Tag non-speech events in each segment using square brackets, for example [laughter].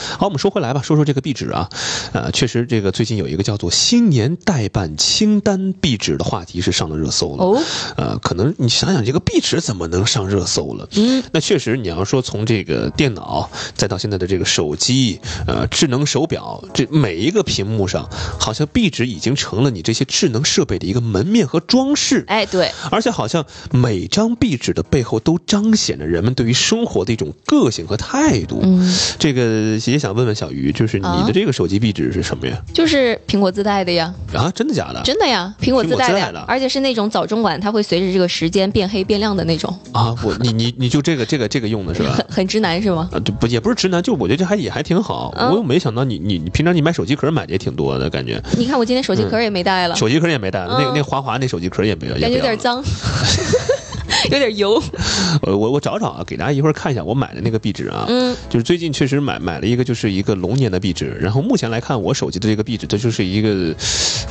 好，我们说回来吧，说说这个壁纸啊，呃，确实这个最近有一个叫做“新年代办清单壁纸”的话题是上了热搜了。哦，呃，可能你想想，这个壁纸怎么能上热搜了？嗯，那确实，你要说从这个电脑，再到现在的这个手机，呃，智能手表，这每一个屏幕上，好像壁纸已经成了你这些智能设备的一个门面和装饰。哎，对，而且好像每张壁纸的背后都彰显着人们对于生活的一种个性和态度。嗯，这个也想问问小鱼，就是你的啊这个手机壁纸是什么呀？就是苹果自带的呀，啊，真的假的？真的呀，苹果自带苹果自带的呀，的而且是那种早中晚，它会随着这个时间变黑变亮的那种，啊，我你你你就这个这个这个用的是吧？ [laughs] 很很直男是吗？啊，对不也不是直男，就我觉得这还也还挺好。嗯我又没想到你你你平常你买手机壳买的也挺多的感觉，你看我今天手机壳也没带了，手机壳也没带，那个嗯那华华那手机壳也没有，也感不觉有要点了。 [laughs] 脏，有点油。呃我我找找啊，给大家一会儿看一下我买的那个壁纸啊，嗯，就是最近确实买买了一个，就是一个龙年的壁纸。然后目前来看，我手机的这个壁纸，它就是一个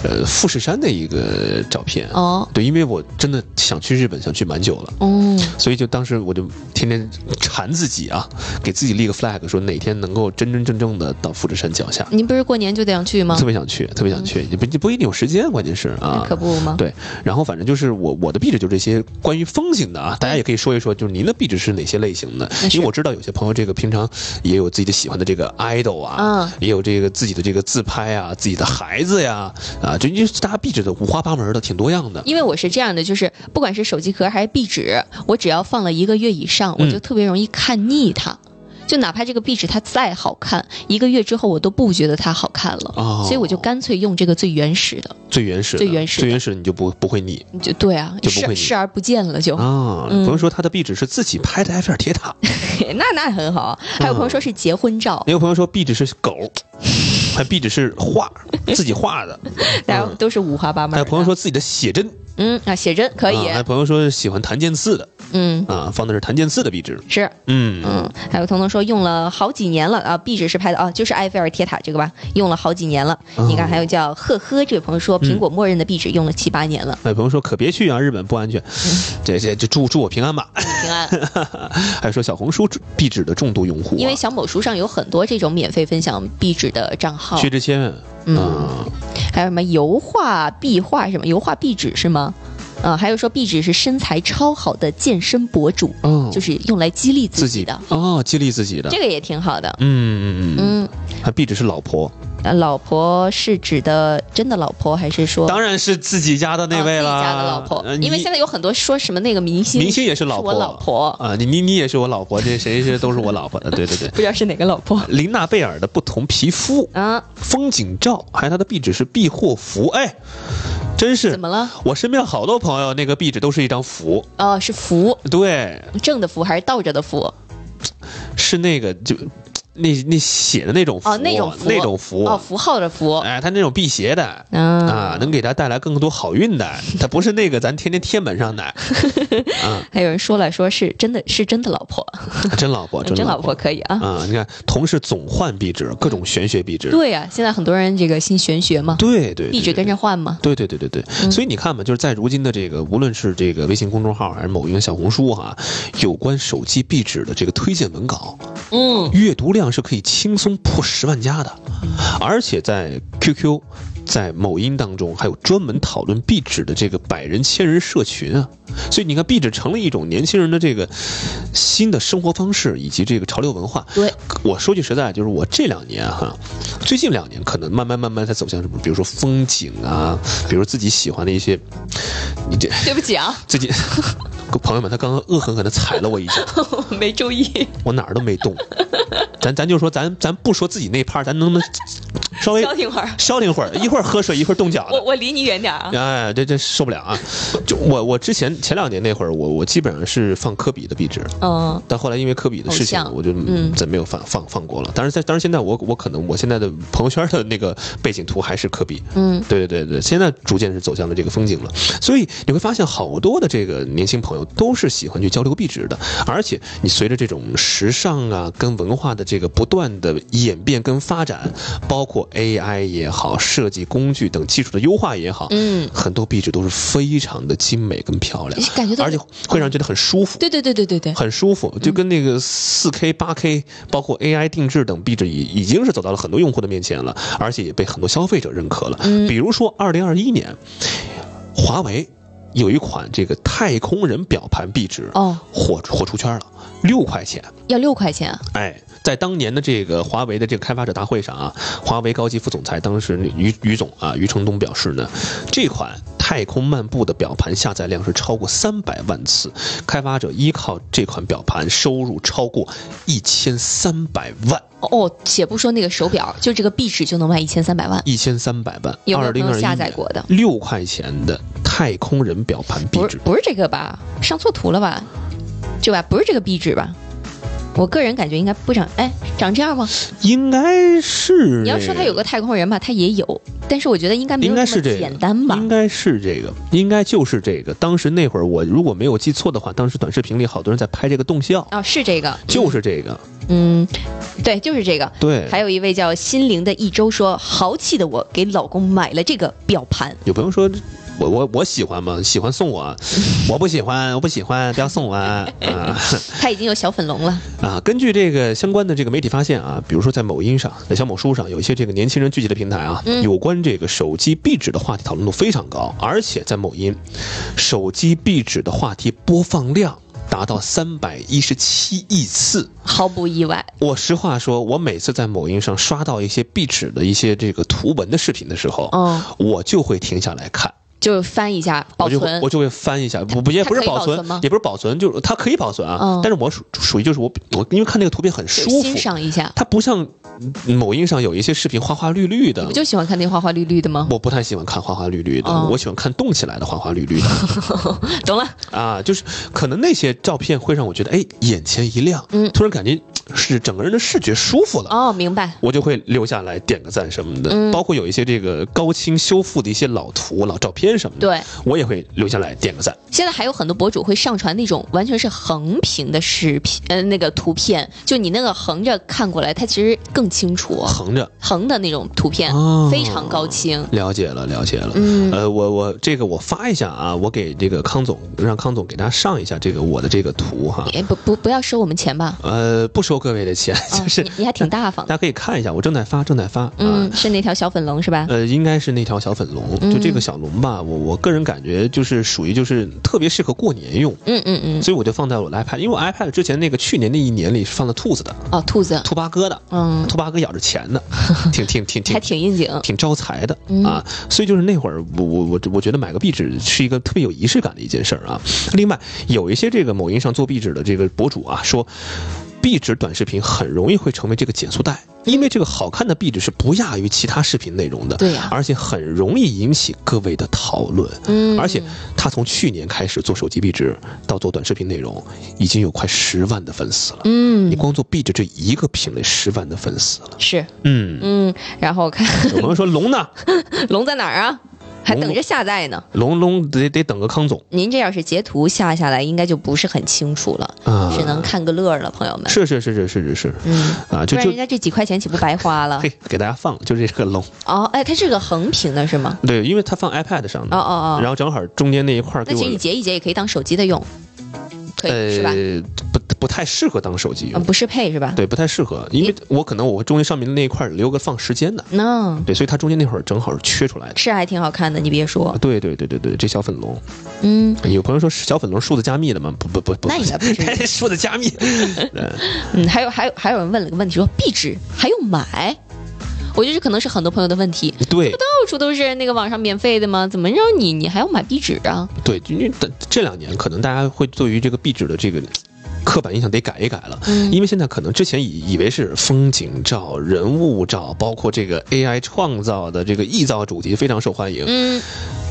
呃富士山的一个照片。哦，对，因为我真的想去日本，想去蛮久了。哦，所以就当时我就天天馋自己啊，给自己立个 flag，说哪天能够真真正正的到富士山脚下。您不是过年就得想去吗嗯特？别想去，特别想去，也不也不一定有时间，关键是啊。可不吗？对，然后反正就是我我的壁纸就这些关于风景的啊，大家也可以说一说，就是您的壁纸是哪些类型的？嗯那是因为我知道有些朋友这个平常也有自己的喜欢的这个 idol 嗯啊，也有这个自己的这个自拍啊，自己的孩子呀啊，就因为大家壁纸的五花八门的，挺多样的。因为我是这样的，就是不管是手机壳还是壁纸，我只要放了一个月以上，嗯我就特别容易看腻它。就哪怕这个壁纸它再好看，一个月之后我都不觉得它好看了，哦所以我就干脆用这个最原始的。最原始的、最原始的最原始的你就不不会腻就对啊，就不会腻视视而不见了就。啊。嗯朋友说他的壁纸是自己拍的埃菲尔铁塔， [laughs] 那那很好啊。嗯还有朋友说是结婚照，也有朋友说壁纸是 [laughs] 狗，还壁纸是画自己画的，大家都是五花八门。嗯还有朋友，说自己的写真嗯啊，写真可以，啊还有朋友说喜欢檀健次的嗯。啊，放的是檀健次的壁纸。是，嗯嗯，还有彤彤说用了好几年了啊，壁纸是拍的啊，就是埃菲尔铁塔这个吧，用了好几年了。你看，还有叫赫赫这位朋友说，苹果默认的壁纸用了七八年了，还有朋友说可别去啊，日本不安全。嗯这这这祝祝我平安吧。 [laughs] 平安。还有说小红书壁纸的重度用户、啊，因为小某书上有很多这种免费分享壁纸的账号薛，之谦，嗯啊还有什么油画、壁画什么，油画壁纸是吗？啊，还有说壁纸是身材超好的健身博主，哦，嗯就是用来激励自自己己的，哦，激励自己的。这个也挺好的。嗯嗯嗯，嗯，还壁纸是老婆，呃老婆是指的真的老婆，还是说当然是自己家的那位了。啊自己家的老婆呃？因为你现在有很多说什么那个明星，明星也是老婆，我老婆，啊，你你你也是我老婆，这谁是都是我老婆的，对对 [laughs] 对。不知道是哪个老婆琳娜贝尔的不同皮肤，啊？风景照，还有它的壁纸是避祸符，哎，真是怎么了？我身边好多朋友那个壁纸都是一张符，哦，是福，对，正的福还是倒着的福？是那个就那那写的那种符，哦，那种福，那种符，哦，符号的福哎，它那种辟邪的。啊。啊，能给他带来更多好运 [laughs] 的，它不是那个咱天天贴门上的，啊还有人说了，说是真的是真的老婆，哦真老婆， [laughs] 真老老婆可以啊。啊！你看，同是总换壁纸，各种玄学壁纸，对呀，现在很多人这个信玄学嘛，对对，一直对跟着换嘛。对对对对对，所以你看嘛，就是在如今的这个，无论是这个微信公众号还是某音、小红书哈、有关手机壁纸的这个推荐文稿，嗯，阅读量是可以轻松破十万加的，而且在 QQ。在某音当中，还有专门讨论壁纸的这个百人千人社群啊，所以你看，壁纸成了一种年轻人的这个新的生活方式以及这个潮流文化。对，我说句实在，就是我这两年哈，最近两年可能慢慢慢慢才走向什么，比如说风景啊，比如自己喜欢的一些，你这对不起啊， [laughs] 最近朋友们，他刚刚恶狠狠地踩了我一脚，我没注意。我哪儿都没动。咱咱就说咱咱不说自己那 part，咱能不能稍微消停会儿，消停会儿，一会儿喝水，一会儿冻脚我哎的。我离你远点儿啊。哎，这这受不了啊！就我我之前前两年那会儿，我我基本上是放科比的壁纸，嗯，但后来因为科比的事情偶，像我就嗯怎没有放放放过了。当然在当然现在我我可能我现在的朋友圈的那个背景图还是科比，嗯，对对对对，现在逐渐是走向了这个风景了。所以你会发现好多的这个年轻朋友都是喜欢去交流壁纸的，而且你随着这种时尚啊跟文化的这个不断的演变跟发展，包括 AI 也好，设计工具等技术的优化也好，嗯，很多壁纸都是非常的精美跟漂亮，感觉到而且会让人觉得很舒服。对对对对对对，很舒服，就跟那个四 K、八 K，包括 AI 定制等壁纸已已经是走到了很多用户的面前了，而且也被很多消费者认可了。嗯比如说，二零二一年，华为有一款这个太空人表盘壁纸哦，火火出圈了，六块钱。要六块钱啊，哎，在当年的这个华为的这个开发者大会上啊，华为高级副总裁当时于于总啊于承东表示呢，这款太空漫步的表盘下载量是超过三百万次，开发者依靠这款表盘收入超过一千三百万，哦，且不说那个手表，就这个壁纸就能卖一千三百万，一千三百万。有没二有朋零二友一下载过的？六块钱的太空人表盘壁不是纸，不是这个吧？上错图了吧？对吧？不是这个壁纸吧？我个人感觉应该不长，哎，长这样吗？应该是你要说它有个太空人吧，它也有，但是我觉得应该没有应该那是么这个简单吧应？该是这个，应该就是这个。当时那会儿，我如果没有记错的话，当时短视频里好多人在拍这个动效，哦，是这个，就是这个。嗯，对，就是这个。对，还有一位叫心灵的一周说，豪气的我给老公买了这个表盘，有朋友说，我我我喜欢吗？喜欢送我，啊我不喜欢，我不喜欢，不要送我啊！啊他已经有小粉龙了。啊，根据这个相关的这个媒体发现啊，比如说在某音上、在小某书上，有一些这个年轻人聚集的平台啊，有关这个手机壁纸的话题讨论度非常高，而且在某音，手机壁纸的话题播放量达到三百一十七亿次。毫不意外，我实话说，我每次在某音上刷到一些壁纸的一些这个图文的视频的时候，嗯，我就会停下来看，就翻一下保我就会存我，就会翻一下，不不也它不是可以保保存存吗也不是保存，就是它可以保存啊，嗯但是我属属于就是我我因为看那个图片很就舒服欣，赏一下。它不像嗯某音上有一些视频花花绿绿的你不，就喜欢看那花花绿绿的吗？我不太喜欢看花花绿绿的，哦我喜欢看动起来的花花绿 [laughs] 绿的懂了，啊，就是可能那些照片会让我觉得哎眼前一亮，嗯突然感觉是整个人的视觉舒服了。哦，明白。我就会留下来点个赞什么的，嗯包括有一些这个高清修复的一些老图、老照片什么的，对，我也会留下来点个赞。现在还有很多博主会上传那种完全是横屏的视频，呃，那个图片，就你那个横着看过来，它其实更清楚，横着，横的那种图片、哦非常高清。了解了，了解了。嗯呃，我我这个我发一下啊，我给这个康总，让康总给大家上一下这个我的这个图哈。哎，不不，不要收我们钱 [laughs] 吧，呃，不收各位的钱，啊就是你你还挺大方 [laughs] 大。家可以看一下，我正在发，正在发啊。嗯，是那条小粉龙是吧？呃，应该是那条小粉龙，就这个小龙吧，我我个人感觉就是属于就是特别适合过年用，嗯嗯嗯，所以我就放在我的 iPad，因为我 iPad 之前那个去年那一年里是放在兔子的，哦，兔子，兔八哥的，嗯，兔八哥咬着钱 [laughs] 的，挺挺挺挺还挺应景。挺招财的嗯啊，所以就是那会儿我我我我觉得买个壁纸是一个特别有仪式感的一件事儿啊。另外，有一些这个某音上做壁纸的这个博主啊说。壁纸短视频很容易会成为这个减速带，因为这个好看的壁纸是不亚于其他视频内容的，对呀而且很容易引起各位的讨论。嗯，而且他从去年开始做手机壁纸，到做短视频内容，已经有快十万的粉丝了。嗯你光做壁纸这一个品类，十万的粉丝了。是， [laughs] 嗯，嗯，然后我看有朋友说龙呢？龙在哪儿啊？还等着下载呢。龙龙得得等个康总您这要是截图下下来，应该就不是很清楚了，啊，只能看个乐儿了，朋友们。是是是是是是是嗯，啊，不就然就人家这几块钱岂不白花了？嘿，给大家放就这个龙，哦，哎，它是个横屏的是吗？对，因为它放 iPad 上哦的，哦嗯然哦，后正好中间那一块儿那给其我实你截一截也可以当手机的用，可以、是吧？呃不不太适合当手机嗯，用，不适配是吧？对，不太适合，因为我可能我中间上面那一块儿留个放时间的，嗯，对，所以它中间那会儿正好是缺出来的。啊是还挺好看的，你别说，对对对对对，这小粉龙，嗯，有朋友说小粉龙数字加密的吗？不不不不，那应该 [laughs] 不是数字加密，嗯，还有还有还有人问了个问题，说壁纸还用买？我觉得这可能是很多朋友的问题，对到处都是那个网上免费的吗？怎么让你你还要买壁纸啊？对，因为这这两年可能大家会对于这个壁纸的这个。刻板印象得改一改了。嗯因为现在可能之前以以为是风景照、人物照，包括这个 AI 创造的这个臆造主题非常受欢迎，嗯，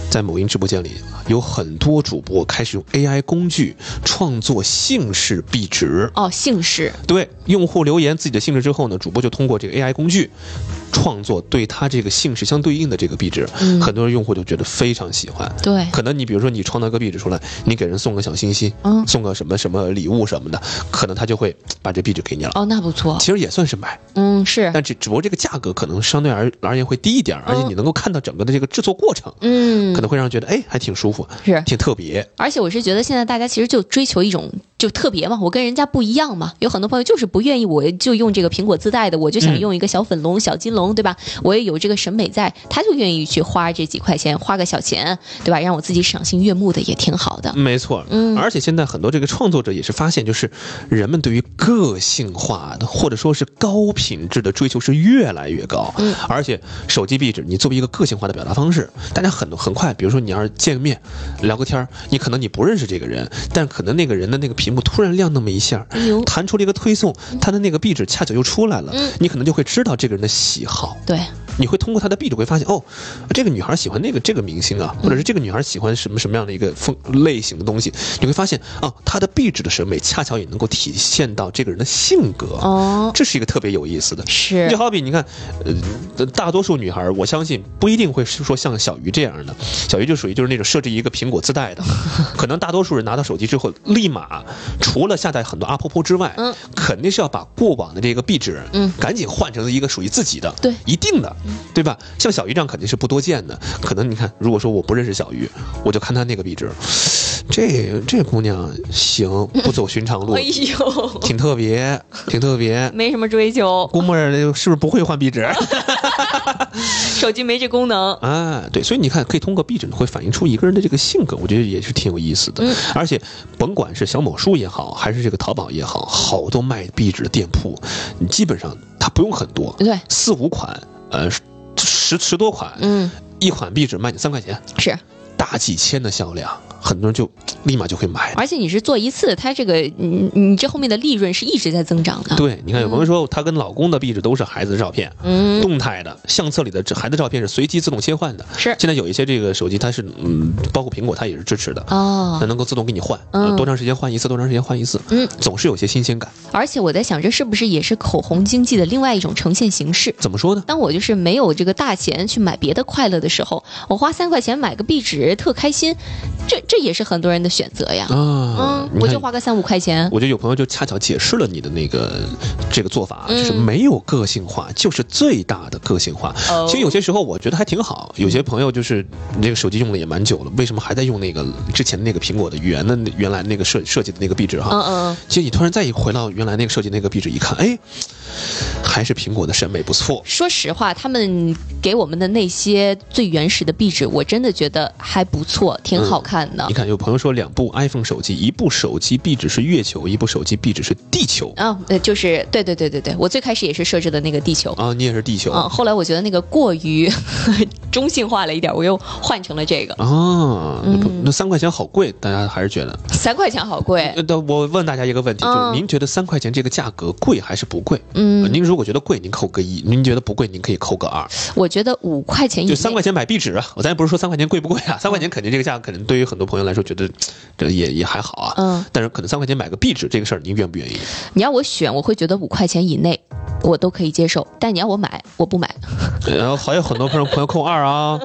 在某音直播间里有很多主播开始用 AI 工具创作姓氏壁纸。哦，姓氏，对用户留言自己的姓氏之后呢，主播就通过这个 AI 工具创作对他这个姓氏相对应的这个壁纸，嗯很多用户就觉得非常喜欢。对，可能你比如说你创造个壁纸出来，你给人送个小星星，嗯，送个什么什么礼物什么的，可能他就会把这壁纸给你了。哦，那不错，其实也算是买，嗯，是，但只只不过这个价格可能相对而而言会低一点，而且你能够看到整个的这个制作过程，可哦嗯，能会让人觉得哎还挺舒服，是，挺特别。而且我是觉得现在大家其实就追求一种就特别嘛，我跟人家不一样嘛。有很多朋友就是不愿意，我就用这个苹果自带的，我就想嗯用一个小粉龙、小金龙，对吧？我也有这个审美在，他就愿意去花这几块钱，花个小钱，对吧？让我自己赏心悦目的也挺好的。没错，嗯而且现在很多这个创作者也是发现，就是人们对于个性化的或者说是高品质的追求是越来越高，嗯而且手机壁纸你作为一个个性化的表达方式，大家很很快，比如说你要是见个面聊个天儿，你可能你不认识这个人，但可能那个人的那个屏幕突然亮那么一下，哎呦，弹出了一个推送，他的那个壁纸恰巧又出来了，嗯你可能就会知道这个人的喜好，对，你会通过他的壁纸会发现，哦，这个女孩喜欢那个这个明星啊，或者是这个女孩喜欢什么什么样的一个风类型的东西，你会发现啊，她的壁纸的审美恰巧也能够体现到这个人的性格，哦，这是一个特别有意思的。[laughs] 是就，好比你看，呃，大多数女孩儿，我相信不一定会是说像小鱼这样的。小鱼就属于就是那种设置一个苹果自 [laughs] 带的，可能大多数人拿到手机之后，立马除了下载很多阿婆婆之外，嗯，肯定是要把过往的这个壁纸，嗯，赶紧换成一个属于自己的，对一定的，对吧？像小鱼这样肯定是不多见的。可能你看，如果说我不认识小鱼，我就看她那个壁纸，这这姑娘行，不走寻 [laughs] 常路哎，呦，挺特别，挺特 [laughs] 别。没什么追求，估摸着是不是不会换壁纸？手机没这功能。啊，对，所以你看，可以通过壁纸会反映出一个人的这个性格，我觉得也是挺有意思的。嗯而且，甭管是小某书也好，还是这个淘宝也好，好多卖壁纸的店铺，你基本上它不用很多，对，四五款，呃，十十多款，嗯，一款壁纸卖你三块钱，是，大几千的销量，很多人就立马就会买。而且你是做一次，它这个你你这后面的利润是一直在增长的。对，你看有朋友说，她跟老公的壁纸都是孩子的照片，嗯，动态的相册里的这孩子照片是随机自动切换的。是现在有一些这个手机它是，嗯，包括苹果它也是支持的。哦那，能够自动给你换，嗯呃多长时间换一次，多长时间换一次，嗯，总是有些新鲜感。而且我在想，这是不是也是口红经济的另外一种呈现形式？怎么说呢？当我就是没有这个大钱去买别的快乐的时候，我花三块钱买个壁纸，特开心，这这也是很多人的选择呀。啊嗯，，你我看就花个三五块钱。我觉得有朋友就恰巧解释了你的那个这个做法啊，嗯就是没有个性化，就是最大的个性化。哦其实有些时候我觉得还挺好，有些朋友就是你这个手机用了也蛮久了，为什么还在用那个之前那个苹果的原的那原来那个设设计的那个壁纸哈？嗯嗯，其实你突然再一回到原来那个设计那个壁纸一看，哎，还是苹果的审美不错。说实话，他们给我们的那些最原始的壁纸，我真的觉得还不错，挺嗯好看的你。看，有朋友说两部 iPhone 手机，一部手机壁纸是月球，一部手机壁纸是地球。啊，呃，就是对对对对对，我最开始也是设置的那个地球。啊，你也是地球啊，啊？后来我觉得那个过于 [laughs] 中性化了一点，我又换成了这个，啊那嗯不那三块钱好贵，大家还是觉得。三块钱好贵。呃但我问大家一个问题，就是嗯您觉得三块钱这个价格贵还是不贵？呃嗯，您如果觉得贵，您扣个一；您觉得不贵，您可以扣个二。我觉得五块钱以内就三块钱买壁纸啊，我咱也不是说三块钱贵不贵嗯啊，三块钱肯定这个价格，可能对于很多朋友来说觉得这也也还好啊。嗯，但是可能三块钱买个壁纸这个事儿，您愿不愿意？你要我选，我会觉得五块钱以内我都可以接受，但你要我买，我不买。然后还有很多朋友朋友扣二 [laughs] 啊，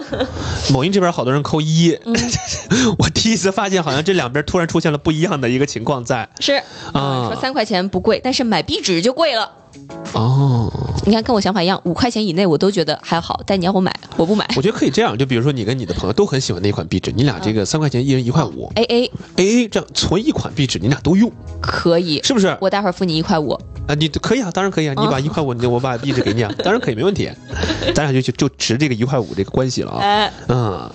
某音这边好多人扣一，嗯 [laughs] 我第一次发现好像这两边突然出现了不一样的一个情况在是啊说三块钱不贵，但是买壁纸就贵了。哦，你看，跟我想法一样，五块钱以内我都觉得还好，但你要我买，我不买。我觉得可以这样，就比如说你跟你的朋友都很喜欢那款壁纸，你俩嗯这个三块钱一人一块五 A A ，A A 这样存一款壁纸，你俩都用，可以，是不是？我嗯待会儿付你一块五。啊，你可以啊，当然可以啊，你把一块五，我把壁纸给 [laughs] 你啊，当然可以，没问题，咱俩就就就值这个一块五这个关系了啊，哎，嗯，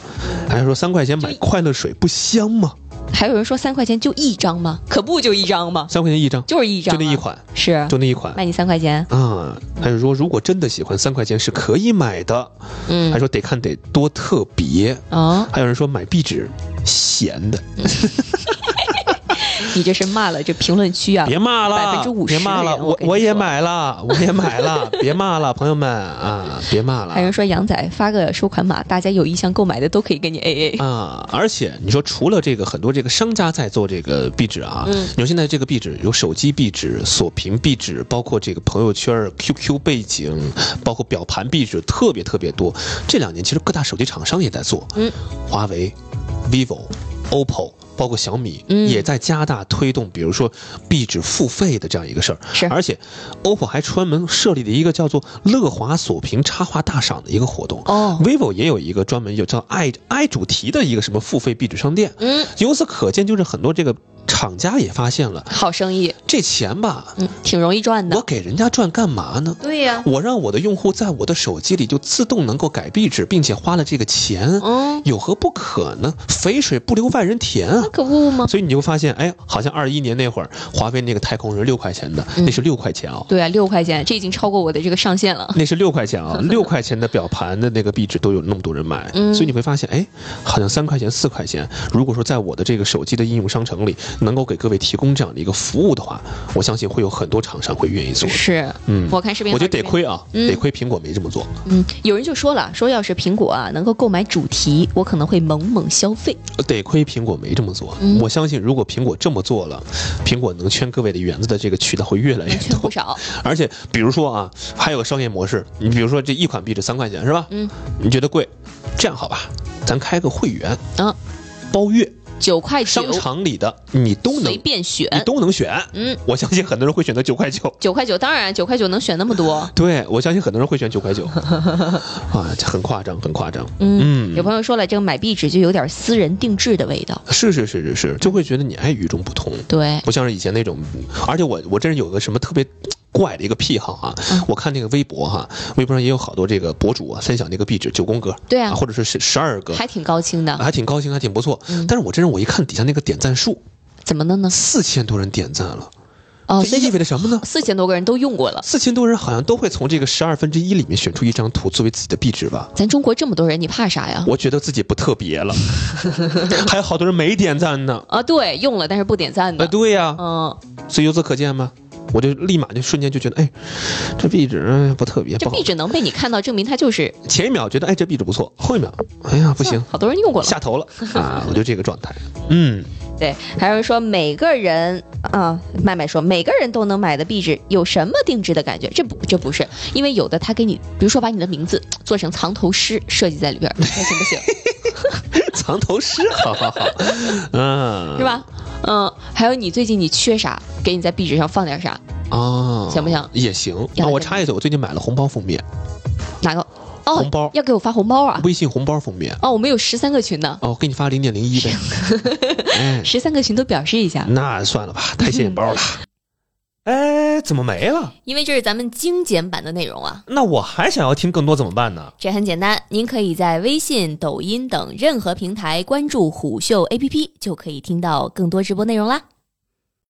还说三块钱买快乐水不香吗？还有人说三块钱就一张吗？可不就一张吗？三块钱一张，就是一张、啊就那一，款，是就那一款。卖你三块钱。啊，还有说如果真的喜欢，三块钱是可以买的。嗯还，说得看得多特别。啊、还有人说买壁纸，闲的，你这是骂了这评论区啊，别骂了， 50%别骂了，人我我跟你也说买了，我也买 [laughs] 了，别骂了，朋友们啊，别骂了还有人说杨仔发个收款码，大家有意向购买的都可以给你 AA。啊！而且你说除了这个，很多这个商家在做这个壁纸啊，嗯你说现在这个壁纸有手机壁纸、锁屏壁纸，包括这个朋友圈、QQ 背景，包括表盘壁纸，特别特别多。这两年其实各大手机厂商也在做，嗯，华为、vivo、OPPO。包括小米、嗯也在加大推动，比如说壁纸付费的这样一个事儿，是而且，OPPO 还专门设立了一个叫做“乐华锁屏插画大赏”的一个活动。哦， vivo 也有一个专门有叫爱爱主题的一个什么付费壁纸商店。嗯，由此可见，就是很多这个厂家也发现了好生意，这钱吧，嗯，挺容易赚我的。给人家赚干嘛呢？对呀、我让我的用户在我的手机里就自动能够改壁纸，并且花了这个钱，嗯，有何不可呢？肥水不流外人田啊那！可不吗？所以你就发现，哎，好像二一年那会儿，华为那个太空人六块钱的，嗯那是六块钱啊、对啊，六块钱，这已经超过我的这个上限了。那是六块钱 [laughs] 啊，六块钱的表盘的那个壁纸都有那么多人买，嗯所以你会发现，哎，好像三块钱、四块钱，如果说在我的这个手机的应用商城里能够给各位提供这样的一个服务的话，我相信会有很多厂商会愿意做的。是，嗯，我看视频，我觉得得。亏啊，嗯得亏苹果没这么做嗯，有人就说了，说要是苹果啊能够购买主题，我可能会猛猛消费。呃得亏苹果没这么做。嗯我相信，如果苹果这么做了，苹果能圈各位的园子的这个渠道会越来越能圈多不。少，而且，比如说啊，还有个商业模式，你比如说这一款壁纸三块钱是吧？嗯，你觉得贵？这样好吧，咱开个会员啊，包月，九块九商场里的你都能随便选，你都能选。嗯，我相信很多人会选择九块九， [laughs] 九块九，当然九块九能选那么多。对我相信很多人会选九块九 [laughs] 啊，这很夸张，很夸张。嗯，有朋友说了，这个买壁纸就有点私人定制的味道。是是是是是，就会觉得你哎与众不同，对，不像是以前那种。而且我我真是有个什么特别。怪的一个癖好啊！嗯我看那个微博哈、微博上也有好多这个博主啊，分享那个壁纸九宫格，对啊或者是十十二个，还挺嗯高清的。还挺高兴，还挺不错。但是我真是我一看底下那个点赞数，怎么了呢？四千多人点赞了，哦，所这以意味着什么呢？四千多个人都用过了。四千多人好像都会从这个十二分之一里面选出一张图作为自己的壁纸吧？咱中国这么多人，你怕啥呀？我觉得自己不特别了， [laughs] 还有好多人没点赞呢。啊，对，用了但是不点赞啊，的。对呀、嗯，所以由此可见嘛，我就立马就瞬间就觉得，哎，这壁纸哎不特别，这不好壁。纸能被你看到，证明它就是前一秒觉得哎这壁纸不错，后一秒，哎呀不行，好多人用过了。下头了 [laughs] 啊！我就这个状态，嗯。对，还有人说每个人啊，麦麦说每个人都能买的壁纸有什么定制的感觉？这不这不是，因为有的他给你，比如说把你的名字做成藏头诗设计在里边儿，那行不行？藏头 [laughs] 诗，好好好，嗯，是？吧？嗯，还有你最近你缺啥，给你在壁纸上放点啥？哦，行不行也行要啊！不我行插一嘴，我最近买了红包封面，哪个？哦，红包嗯要给我发红包啊！微信红包封面。哦，我们有十三个群呢，哦，我给你发零点零一呗。 [laughs] 哎，十三个群都表示一下。那算了 [laughs] 吧，太显眼包了。哎，怎么没了？因为这是咱们精简版的内容啊。那我还想要听更多怎么办呢？这很简单，您可以在微信、抖音等任何平台关注虎嗅 APP，就可以听到更多直播内容啦。